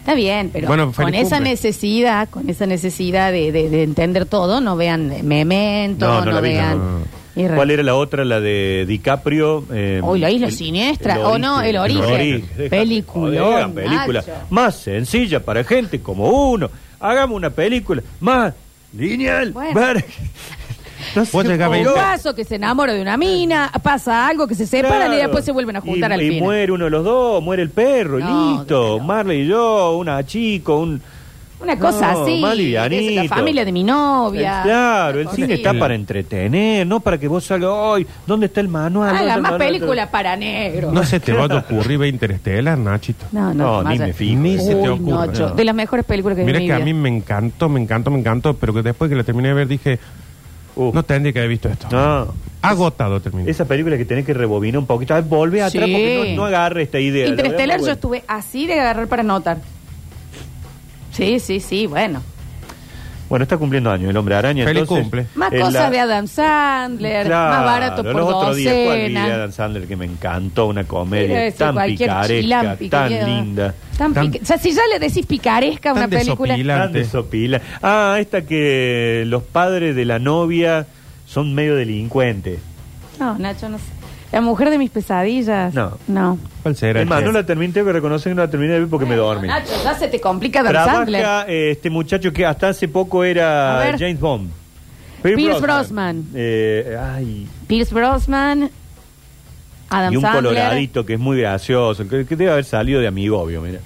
Está bien, pero
Bueno,
con
feliz
esa
cumple.
necesidad, con esa necesidad de, de- de entender todo, no vean Memento,
No,
no,
no la vi,
vean...
no,
no.
Y re-
¿Cuál era la otra? La de DiCaprio. eh,
Uy, la isla
el-
siniestra.
el
O no, El Origen.
Déjate
Peliculón,
joder, hagan película
Nacho.
más sencilla para gente como uno. Hagamos una película más lineal.
Bueno.
para- No
Vos
se
llegás a
Un
Pero-
caso que se enamora de una mina, pasa algo que se separan
Claro.
y después se vuelven a juntar
y,
al
y
final.
muere uno de los dos, muere el perro, y
No,
listo.
déjalo.
Marley y yo, una chico, un...
Una cosa
No,
así.
más
es La
livianito.
familia de mi
El-
novia.
claro,
Una
el
cosa
cine
así.
está para entretener, no para que vos salgas hoy. ¿Dónde está el manual? ¿Dónde está
Hagan
el
más
manual?
películas para negros.
No se te va a ocurrir ver Interestelar, Nachito.
No,
No,
no,
ni
más
me
allá.
fijo.
Ni se te
Uy,
ocurra.
Nacho, De las mejores películas que vi en
Mira
mi
que a
vida.
mí me encantó, me encantó, me encantó, pero que después que la terminé de ver dije,
Uh,
no tendría que haber visto esto.
no.
Agotado terminé.
Esa película que tenés que rebobinar un poquito. A ver, volvé atrás
Sí.
porque no, no agarre esta idea. La verdad,
Interestelar
muy
yo
buena.
estuve así de agarrar para anotar. Sí, sí, sí, bueno.
Bueno, está cumpliendo años el hombre araña.
Feliz
entonces,
cumple.
Más
en
cosas
la-
de Adam Sandler,
Claro,
más barato por
los otros días, ¿cuál vi de
docena.
Adam Sandler que me encantó? Una
Pero
comedia
ese
tan
cualquier
picaresca,
chilampi que
tan
lleva.
linda.
Tan
Tan-
pica- o sea, si ya le decís picaresca a una
Tan
película.
desopilante.
Tan de sopila. Ah, esta que los padres de la novia son medio delincuentes.
No, Nacho, no sé. La mujer de mis pesadillas.
No.
No.
¿Cuál será?
Es más,
che?
no la terminé, tengo que reconocer que no la terminé de ver porque me dormí.
Nacho, ya se te complica Adam ah, Sandler.
Trabaja eh, este muchacho que hasta hace poco
A
era
ver.
James Bond.
Pierce Brosnan.
Eh, ay,
Pierce Brosnan, Adam
y un
Sandler.
coloradito que es muy gracioso, que, que debe haber salido de amigo, obvio, mira.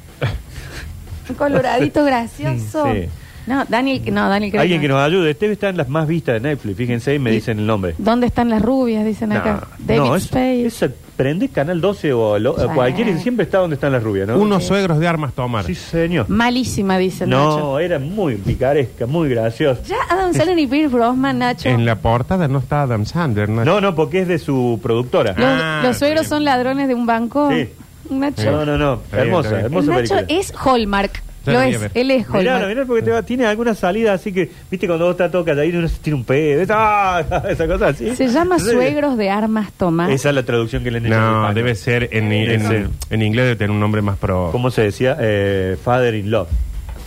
Un coloradito gracioso.
Mm, Sí.
No, Daniel, no, Daniel Craig
Alguien
no.
que nos ayude. Este está en las más vistas de Netflix, fíjense, y me
Y-
dicen el nombre.
¿Dónde están las rubias? Dicen acá. David
no, es-
Spade.
esa- prende Canal 12 o lo-
Sí.
cualquiera y siempre está donde están las rubias, ¿no?
Unos suegros de armas tomar.
Sí, señor.
Malísima, dicen Nacho.
No, era muy picaresca, muy graciosa.
Ya Adam Sandler y Pierce Brosnan, Nacho.
En la portada no está Adam Sandler. Nacho.
No, no, porque es de su productora.
Los,
Ah,
los suegros
bien.
son ladrones de un banco.
Sí.
Nacho.
No, no, no.
Está bien,
Hermosa,
está bien.
hermosa
Nacho
película.
es Hallmark.
Ya
Lo
la voy a
es.
ver.
Él es Hallmark.
Mirá, mirá, porque te va- tiene alguna salida así que, viste, cuando vos estás todo calladito uno se tira un pedo, esa, esa cosa así.
Se llama
Sí.
Suegros de Armas Tomás.
Esa es la traducción que le han hecho en
No,
España.
debe ser en,
Debe
en,
ser.
en inglés debe tener un nombre más pro.
¿Cómo se decía? Eh, father in law.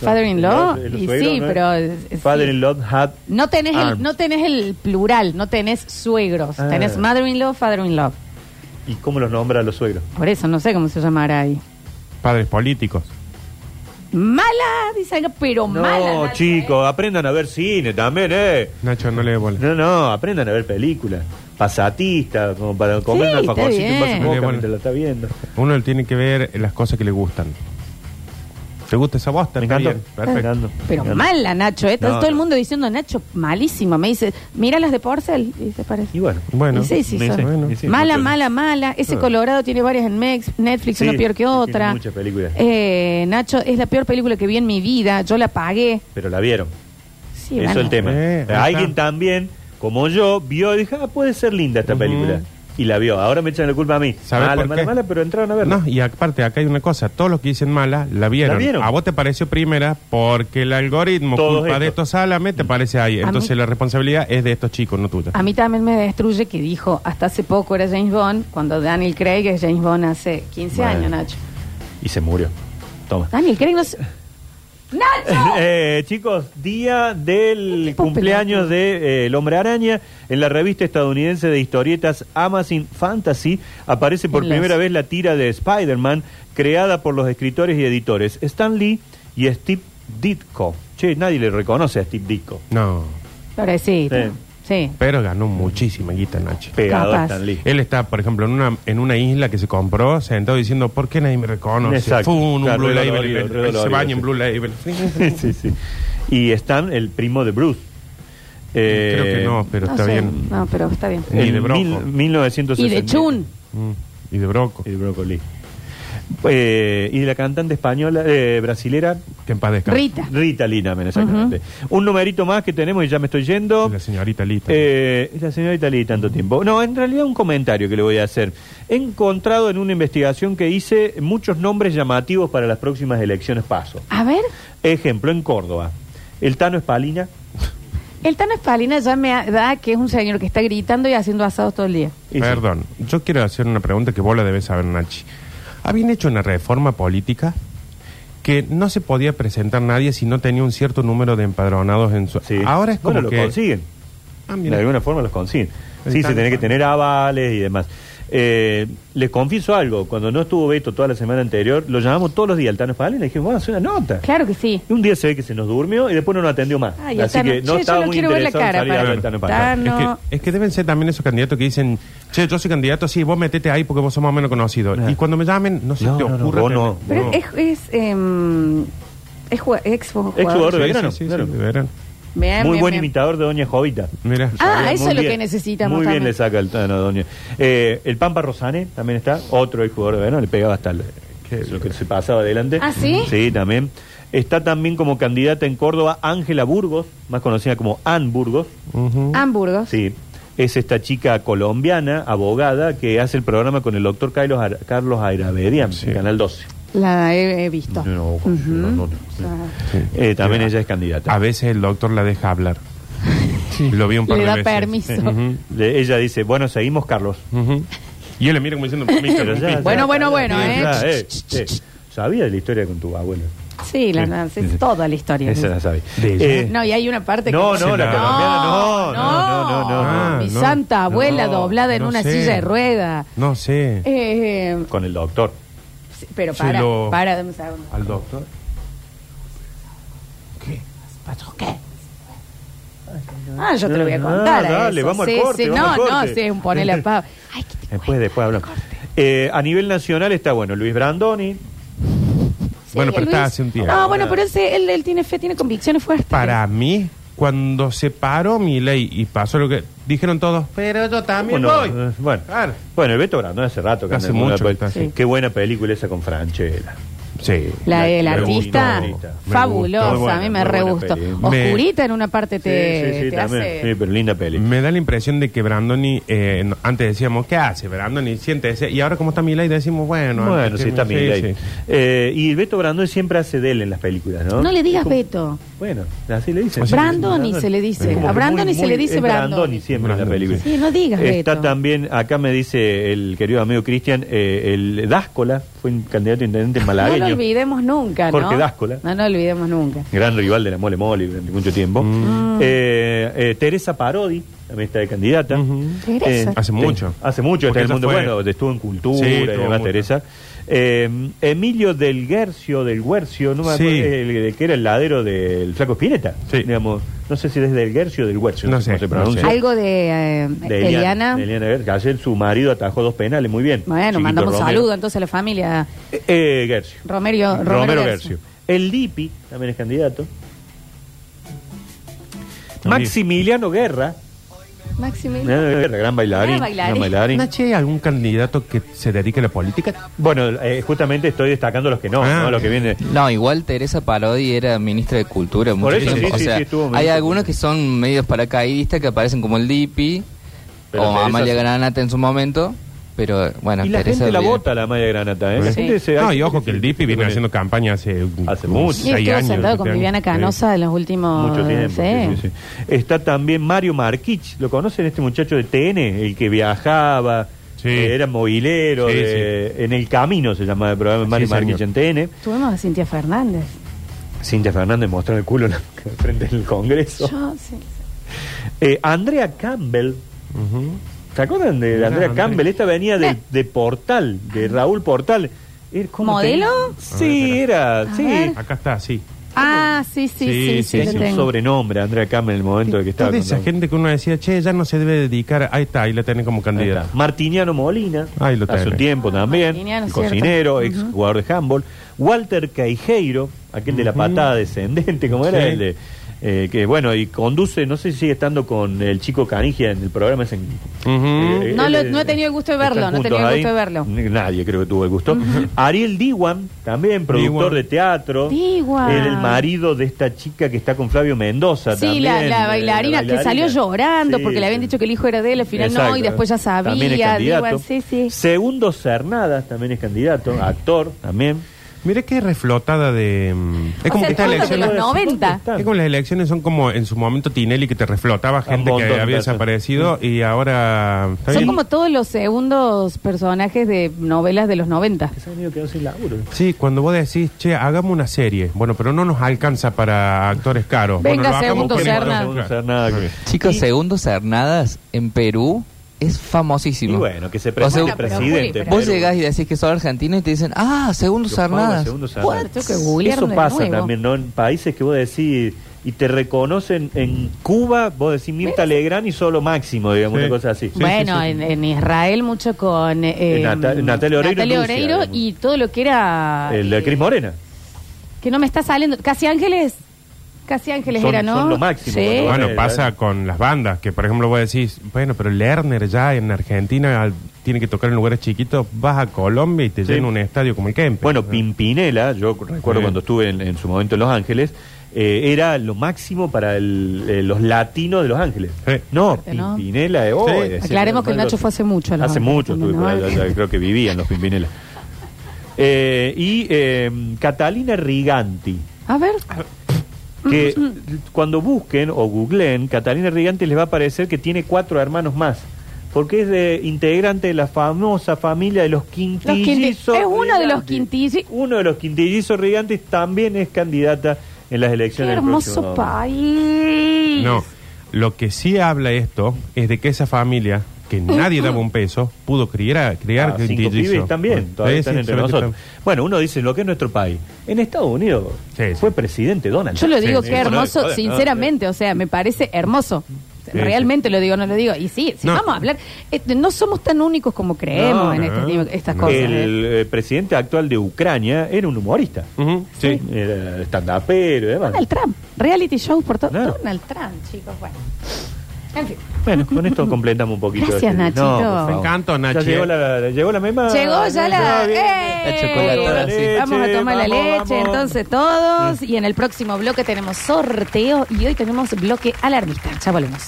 Father in law.
El- el
Y
suegro,
sí,
¿no?
pero. eh,
Father
sí.
in law had.
No tenés,
Arms.
el, no tenés el plural, no tenés suegros.
Ah.
Tenés mother-in-law, father-in-law.
¿Y cómo los nombra a los suegros?
Por eso no sé cómo se llamará ahí.
Padres políticos.
Mala, dice algo, pero
No,
mala. ¿eh? Nacho,
chicos, aprendan a ver cine también, ¿eh?
Nacho, no le dé bola.
No, no, aprendan a ver películas. Pasatista, como para comer
Sí,
una un
está
alfajorcito y un vaso de
bien.
coca
Muy bueno.
mientras la está viendo.
Uno le tiene que ver las cosas que le gustan. ¿Te gusta esa bosta?
Me
Está
encantó.
bien,
Me
Perfecto.
encantó.
eh. Pero mala, Nacho. eh. Está
No,
todo el
no.
mundo diciendo, Nacho, malísimo. Me dice, mira las de Porcel. Y se parece.
Y bueno.
Bueno,
Y sí, sí,
me
son.
dice,
bueno.
me dice,
mala,
mucho.
mala, mala. Ese
Ah.
Colorado tiene varias en Mex- Netflix,
Sí,
una peor que
tiene
otra.
muchas películas.
Eh, Nacho, es la peor película que vi en mi vida. Yo la pagué.
Pero la vieron.
Sí,
Eso es
bueno.
el tema.
Eh, ahí
Alguien
está.
también, como yo, vio y dijo, ah, puede ser linda esta
Ujú.
película. Y la vio. Ahora me echan la culpa a mí.
¿Sabés
Mala,
por
mala,
qué?
mala, pero entraron a verla.
No, y aparte, acá hay una cosa. Todos los que dicen mala, la vieron.
La vieron.
A vos te pareció primera porque el algoritmo
Todos
culpa de
estos. Mm.
estos álame te parece ahí.
A
Entonces
mí- Ah.
la responsabilidad es de estos chicos, no tuya.
A mí también me destruye que dijo hasta hace poco era James Bond, cuando Daniel Craig es James Bond hace 15
Bueno.
años, Nacho.
Y se murió. Toma.
Daniel Craig no se... ¡Nacho!
Eh, chicos, día
¿Qué
del
tipo
cumpleaños de eh, El Hombre Araña en la revista estadounidense de historietas Amazing Fantasy aparece por
Enlace.
primera vez la tira de Spider-Man creada por los escritores y editores Stan Lee y Steve Ditko. Che, nadie le reconoce a Steve Ditko.
No,
Pobrecito.
Sí.
Sí.
pero ganó muchísima guita, Nacho.
Pegado a
Capaz.
Stan Lee.
Él está, por ejemplo, en una, en una isla que se compró, sentado diciendo, ¿por qué nadie me reconoce?
Exacto.
Fue un, un
Claro,
Blue
re
Label,
dolorido, re
se
dolorido,
baña en
sí.
Blue Label.
sí, sí. Y Stan, el primo de Bruce. Eh,
Creo que no, pero
No
está
sé.
bien.
No, pero está bien.
Ni
en
de Bronco.
mil- 1960.
Y de Chun.
Mm, Y de Broco.
Y de Brócoli. Eh, y de la cantante española, eh, brasilera,
Que en paz descanse.
Rita.
Rita Lina, exactamente. Un numerito más que tenemos y ya me estoy yendo.
La señorita Lita.
Eh, la señora Italy tanto tiempo. No, en realidad un comentario que le voy a hacer. He encontrado en una investigación que hice muchos nombres llamativos para las próximas elecciones paso.
A ver,
Ejemplo, en Córdoba. El Tano Espalina
el Tano Espalina ya me da que es un señor que está gritando y haciendo asados todo el día.
y-
Perdón, yo quiero hacer una pregunta que vos la debes saber, Nachi. Habían hecho una reforma política que no se podía presentar nadie si no tenía un cierto número de empadronados en su...
Sí.
Ahora es como
Bueno, lo
que...
consiguen.
Ah,
De
mira.
alguna forma los consiguen.
El
Sí, se
Tano
tiene que
Espalina.
tener avales y demás. Eh, les confieso algo. Cuando no estuvo Beto toda la semana anterior, lo llamamos todos los días al Tano Espalina y dijimos, vamos a hacer una nota.
Claro que sí.
Y un día se ve que se nos durmió y después no nos atendió más.
Ay,
Así
Tano,
que no
che,
estaba
yo no
muy
quiero ver la
interesado en
cara
salir a
para
ver
el
Tano Espalina.
Tano.
Es, que, es que deben ser también esos candidatos que dicen, che, yo soy candidato, sí, vos metete ahí porque vos sos más o menos conocido.
Claro.
Y cuando me llamen, no se
No,
te
no, no,
ocurre...
vos no.
tener-
Pero es, es, em, es jue- ex
jugador de
jugador.
Sí,
verano,
sí, sí,
claro.
sí, de verano.
Bien,
Muy
bien,
buen
bien.
imitador de Doña Jovita.
Mira.
Ah,
Sabía
eso
muy
es lo
bien.
que necesitamos.
Muy
también.
bien le saca el Tano, Doña. Eh, el Pampa Rosane también está, otro ex jugador de verano, le pegaba hasta el-
Qué
lo que se pasaba adelante.
¿Ah, sí?
Sí, también. Está también como candidata en Córdoba Ángela Burgos, más conocida como Ann Burgos.
Ujú.
Hamburgos.
Sí. Es esta chica colombiana, abogada, que hace el programa con el doctor Carlos, Ar- Carlos Airavedian,
Sí.
en Canal 12.
La he, he visto. Ujú. Ah.
Sí.
Eh, también ella es candidata.
A veces el doctor la deja hablar. Lo vi un par
Le
de
da
veces.
permiso.
Ujú.
Le- ella dice, bueno, seguimos, Carlos.
Ujú. Y él le mira como diciendo, "Mister,
Pero ya-
mister".
Bueno,
ya-
bueno, bueno,
ya-
¿eh?
ya, eh, eh, Sabía de la historia con tu abuelo.
Sí, la, la- es toda la historia.
Esa la sabía.
De ella.
Eh,
No, y hay una parte
No,
que...
no, la colombiana, no, no, no, no,
no, no.
Mi
Ah, no.
santa abuela
No,
doblada en
no
una
sé.
silla de rueda.
No sé.
Eh, eh,
Con el doctor.
sí, pero
Se
para,
lo-
para, dame un segundo.
Al doctor.
¿Pasó qué? Ah, yo te lo voy a
Ah,
contar. a
dale,
eso.
vamos al
Sí,
corte,
sí,
vamos
no,
al corte.
no, sí, un ponele a pavo. Ay, que te
Después, después hablamos. Eh, a nivel nacional está, bueno, Luis Brandoni.
Sí,
Bueno, pero
Luis.
está hace un tiempo.
No, bueno, pero ese, él, él tiene fe, tiene convicciones fuertes.
Para mí, cuando se paró mi ley y pasó lo que dijeron todos, pero yo también
Bueno,
voy.
eh, Bueno,
Claro.
bueno, el Beto Brandoni hace rato que
Hace
anda en una
mucho que está
pel-
así.
Qué buena película esa con Franchella.
Sí.
La del
Me gustó,
artista,
me gustó.
fabulosa,
Muy buena,
a mí me
muy
re
buena
gustó.
peli.
Me-
Oscurita en una parte te,
sí, sí, sí,
te
también. Sí,
hace...
pero linda peli.
Me da la impresión de que Brandoni, eh, no- antes decíamos, ¿qué hace Brandoni? Siéntese. Y ahora como está mi ley, decimos, bueno.
Bueno,
antes
sí,
que-
está bien.
sí,
Eh, y Beto Brandoni siempre hace de él en las películas, ¿no?
No le digas
Es como-
Beto.
Bueno, así le dicen.
O sea,
Brandoni se le dice.
Es como
A
que
Brandoni
muy,
se
muy-
le dice
es Brandoni.
Brandoni.
siempre en la
Brandoni,
película.
sí. Sí, no digas
Está
Beto.
también, acá me dice el querido amigo Cristian, eh, el Dáscola, fue un candidato a intendente
No
malagueño.
lo olvidemos nunca,
Jorge
¿no?
Dáscola.
No, no lo olvidemos nunca.
Gran rival de la Mole Mole durante mucho tiempo.
Mm.
Ah.
Eh, eh, Teresa Parodi, también está de candidata. Eh,
Teresa.
Hace mucho.
Hace mucho,
Porque
está en el
ella
mundo.
fue-
Bueno, estuvo en cultura
Sí,
y
estuvo
demás,
mucho.
Teresa. Eh, Emilio del Guercio, del Guercio, no me
Sí.
acuerdo, el- el que era el ladero del Flaco Espineta.
Sí.
Digamos, no sé si es del Guercio o del Guercio.
No sé,
cómo se
no
pronuncia.
sé. Sí.
Algo de, eh,
De Eliana. de Eliana Guercio. Ayer su marido atajó dos penales, muy bien.
Bueno,
Chiquito
mandamos un
Romero.
saludo entonces a la familia
Eh, eh, Guercio.
Romero, Romero,
Romero
Guercio.
Guercio. El Lipi también es candidato.
Sí.
Maximiliano Guerra.
Maximiliano.
Maximiliano Guerra, gran bailarín.
Gran bailarín.
gran bailarín.
Nachi, ¿hay algún candidato que se dedique a la política?
Bueno, eh, justamente estoy destacando los que no,
Ah.
¿no? los que vienen.
No, igual Teresa Parodi era ministra de Cultura mucho
Por eso,
tiempo.
sí, sí,
o sea,
sí, estuvo
hay
ministra de
algunos
Cultura.
que son medios paracaidistas que aparecen como el Dipi
Pero
o
Teresa-
Amalia Granata en su momento, pero bueno,
Y la
Teresa
gente la
viene-
vota, la Maya Granata. ¿eh? La
Sí.
gente se-
no,
hay
y ojo
gente
que el Dipi viene haciendo campaña hace,
Hace mucho.
Y
seis
estuvo
años,
sentado con
siete
Viviana
años.
Canosa en los últimos...
Mucho tiempo.
Ah, sí.
sí, sí, sí. Está también Mario Marquich. ¿Lo conocen este muchacho de TN? El que viajaba,
Sí.
que era movilero.
Sí,
de- En el camino se llamaba el programa de Mario
Sí,
Marquich
señor.
en TN.
Tuvimos a Cintia Fernández.
Cintia Fernández mostró el culo en la- frente del Congreso.
Yo, sí.
Eh, Andrea Campbell.
Ujú.
¿Se acuerdan de
Mirá,
Andrea
Andrea.
Campbell? Esta venía de,
Eh.
de Portal, de Raúl Portal. Eh, Era como
¿Modelo?
que- Sí, era, sí.
ver.
Acá está, sí.
Ah, sí, sí, sí, sí,
Sí, sí,
lo
Tenía un
tengo.
sobrenombre Andrea Campbell en el momento de que estaba
Toda
con
esa
Raúl.
gente que uno decía, che, ya no se debe dedicar. Ahí está, ahí la tenés como
Ahí
candidata.
está. Martiniano Molina,
Ahí lo
hace un
tenés.
tiempo también,
Martiniano,
el
cierto.
cocinero, ex jugador de handball. Walter Caijeiro, aquel de la patada descendente, como era
Sí.
el de eh, que bueno, y conduce, no sé si sigue estando con el chico Canigia en el programa ese.
Ujú.
Eh,
No
él,
lo-
eh,
no he tenido el gusto de verlo,
están
no he tenido el
juntos
gusto de verlo.
Ni- Nadie creo que tuvo el gusto. Ariel Diwan, también productor
Diwan.
de teatro.
Diwan.
Era el marido de esta chica que está con Flavio Mendoza
Sí,
también.
la,
eh,
la bailarina que salió llorando
Sí,
porque le habían
sí.
dicho que el hijo era de él, al final no,
Exacto.
y después ya sabía.
También es candidato.
digo, ah, sí, sí.
Segundo Cernadas también es candidato, actor también.
Mira qué reflotada de... mm, Es
O
como
sea,
que estas
todo lo que
elecciones...
los
¿Dónde
90.
están?
Es como las elecciones son como en su momento Tinelli que te reflotaba gente
montón
que
de Mm.
había
personas.
desaparecido y ahora... ¿está
Son
bien?
como todos los segundos personajes de novelas de los 90.
Que se han ido quedando sin laburo.
Sí, cuando vos decís, che, hagamos una serie. Bueno, pero no nos alcanza para actores caros.
Venga,
bueno, lo hagamos
segundo
con-
Serna.
Segundo Cernadas que-
Chicos,
Y-
segundos Hernadas en Perú es famosísimo.
Y bueno, que se
O sea,
presente
Bueno, pero Juli,
presidente.
pero-
Vos llegás y decís que sos argentino y te dicen, ah, segundos
Los pagos de
Hernadas.
segundos
What?
Cernadas.
Tengo que googlear
Eso
de
pasa
nuevo.
también, ¿no? En países que vos decís y te reconocen en Cuba, vos decís Mirta Legrand y solo Máximo, digamos,
Sí.
una cosa así.
Sí,
bueno,
sí, sí.
En, en Israel mucho con eh,
Eh, Nata- Natalia Oreiro
Natalia
en Rusia,
Oreiro
digamos.
y todo lo que era...
El de
eh,
Cris Morena.
Que no me está saliendo. Casi Ángeles. Casi Ángeles
Son-
era, ¿no?
son lo máximo,
Sí.
cuando-
Bueno, pasa con las bandas, que por ejemplo vos decís, bueno, pero Lerner ya en Argentina al- tiene que tocar en lugares chiquitos, vas a Colombia y te
Sí.
llena un estadio como el Kempe. Ah.
Bueno, Pimpinela, yo recuerdo
Sí.
cuando estuve en, en su momento en Los Ángeles, eh, era lo máximo para el- eh, los latinos de Los Ángeles.
Sí.
No,
Fuerte, ¿no?
Pimpinela de hoy.
Sí.
es decir,
Aclaremos que
no,
Nacho
no,
fue hace mucho a Los
Hace
Ángeles
mucho,
también,
estuve por
¿no?
allá, ya creo que vivían los Pimpinela. Eh, y eh, Catalina Riganti,
A ver.
Ah, que cuando busquen o googleen, Catalina Riganti les va a aparecer que tiene cuatro hermanos más. Porque es de, integrante de la famosa familia de los
Los
quintillizos.
quinti- es uno de los
Riganti.
quintillis.
Uno de los quintillizos Riganti también es candidata en las
Qué
elecciones. del
hermoso
próximo-
país.
No, lo que sí habla esto es de que esa familia, que nadie daba un peso, pudo criar, criar
Ah, cinco
quintillizos.
pibes también, todavía
Sí,
están
sí,
entre
solo que
nosotros.
están-
Bueno, uno dice lo que es nuestro país. En Estados Unidos
Sí,
fue
sí.
presidente Donald
Yo lo
Trump.
digo
Sí,
que
sí.
hermoso,
Joder, no,
sinceramente, o sea, me parece hermoso.
Sí,
Realmente lo digo, no lo digo. Y sí, si
No.
vamos a hablar, eh, no somos tan únicos como creemos
No,
en
no.
estas, estas
No.
cosas. ¿eh?
El eh, presidente actual de Ucrania era un humorista.
Ujú, sí.
Era stand-upero eh, y demás.
Donald Trump, reality shows por todo.
Claro.
Donald Trump, chicos, bueno. En fin.
Bueno, con esto completamos un poquito.
Gracias, Nachito.
por favor.
Me encantó,
Ya
Nachi,
Llegó
eh.
la, llegó la mema.
Llegó ya la,
bien.
¡Eh!
La chocolatada, sí.
Vamos a tomar la
Vamos,
leche,
vamos.
entonces todos. Y en el próximo bloque tenemos sorteo y hoy tenemos bloque alarmista. Ya volvemos.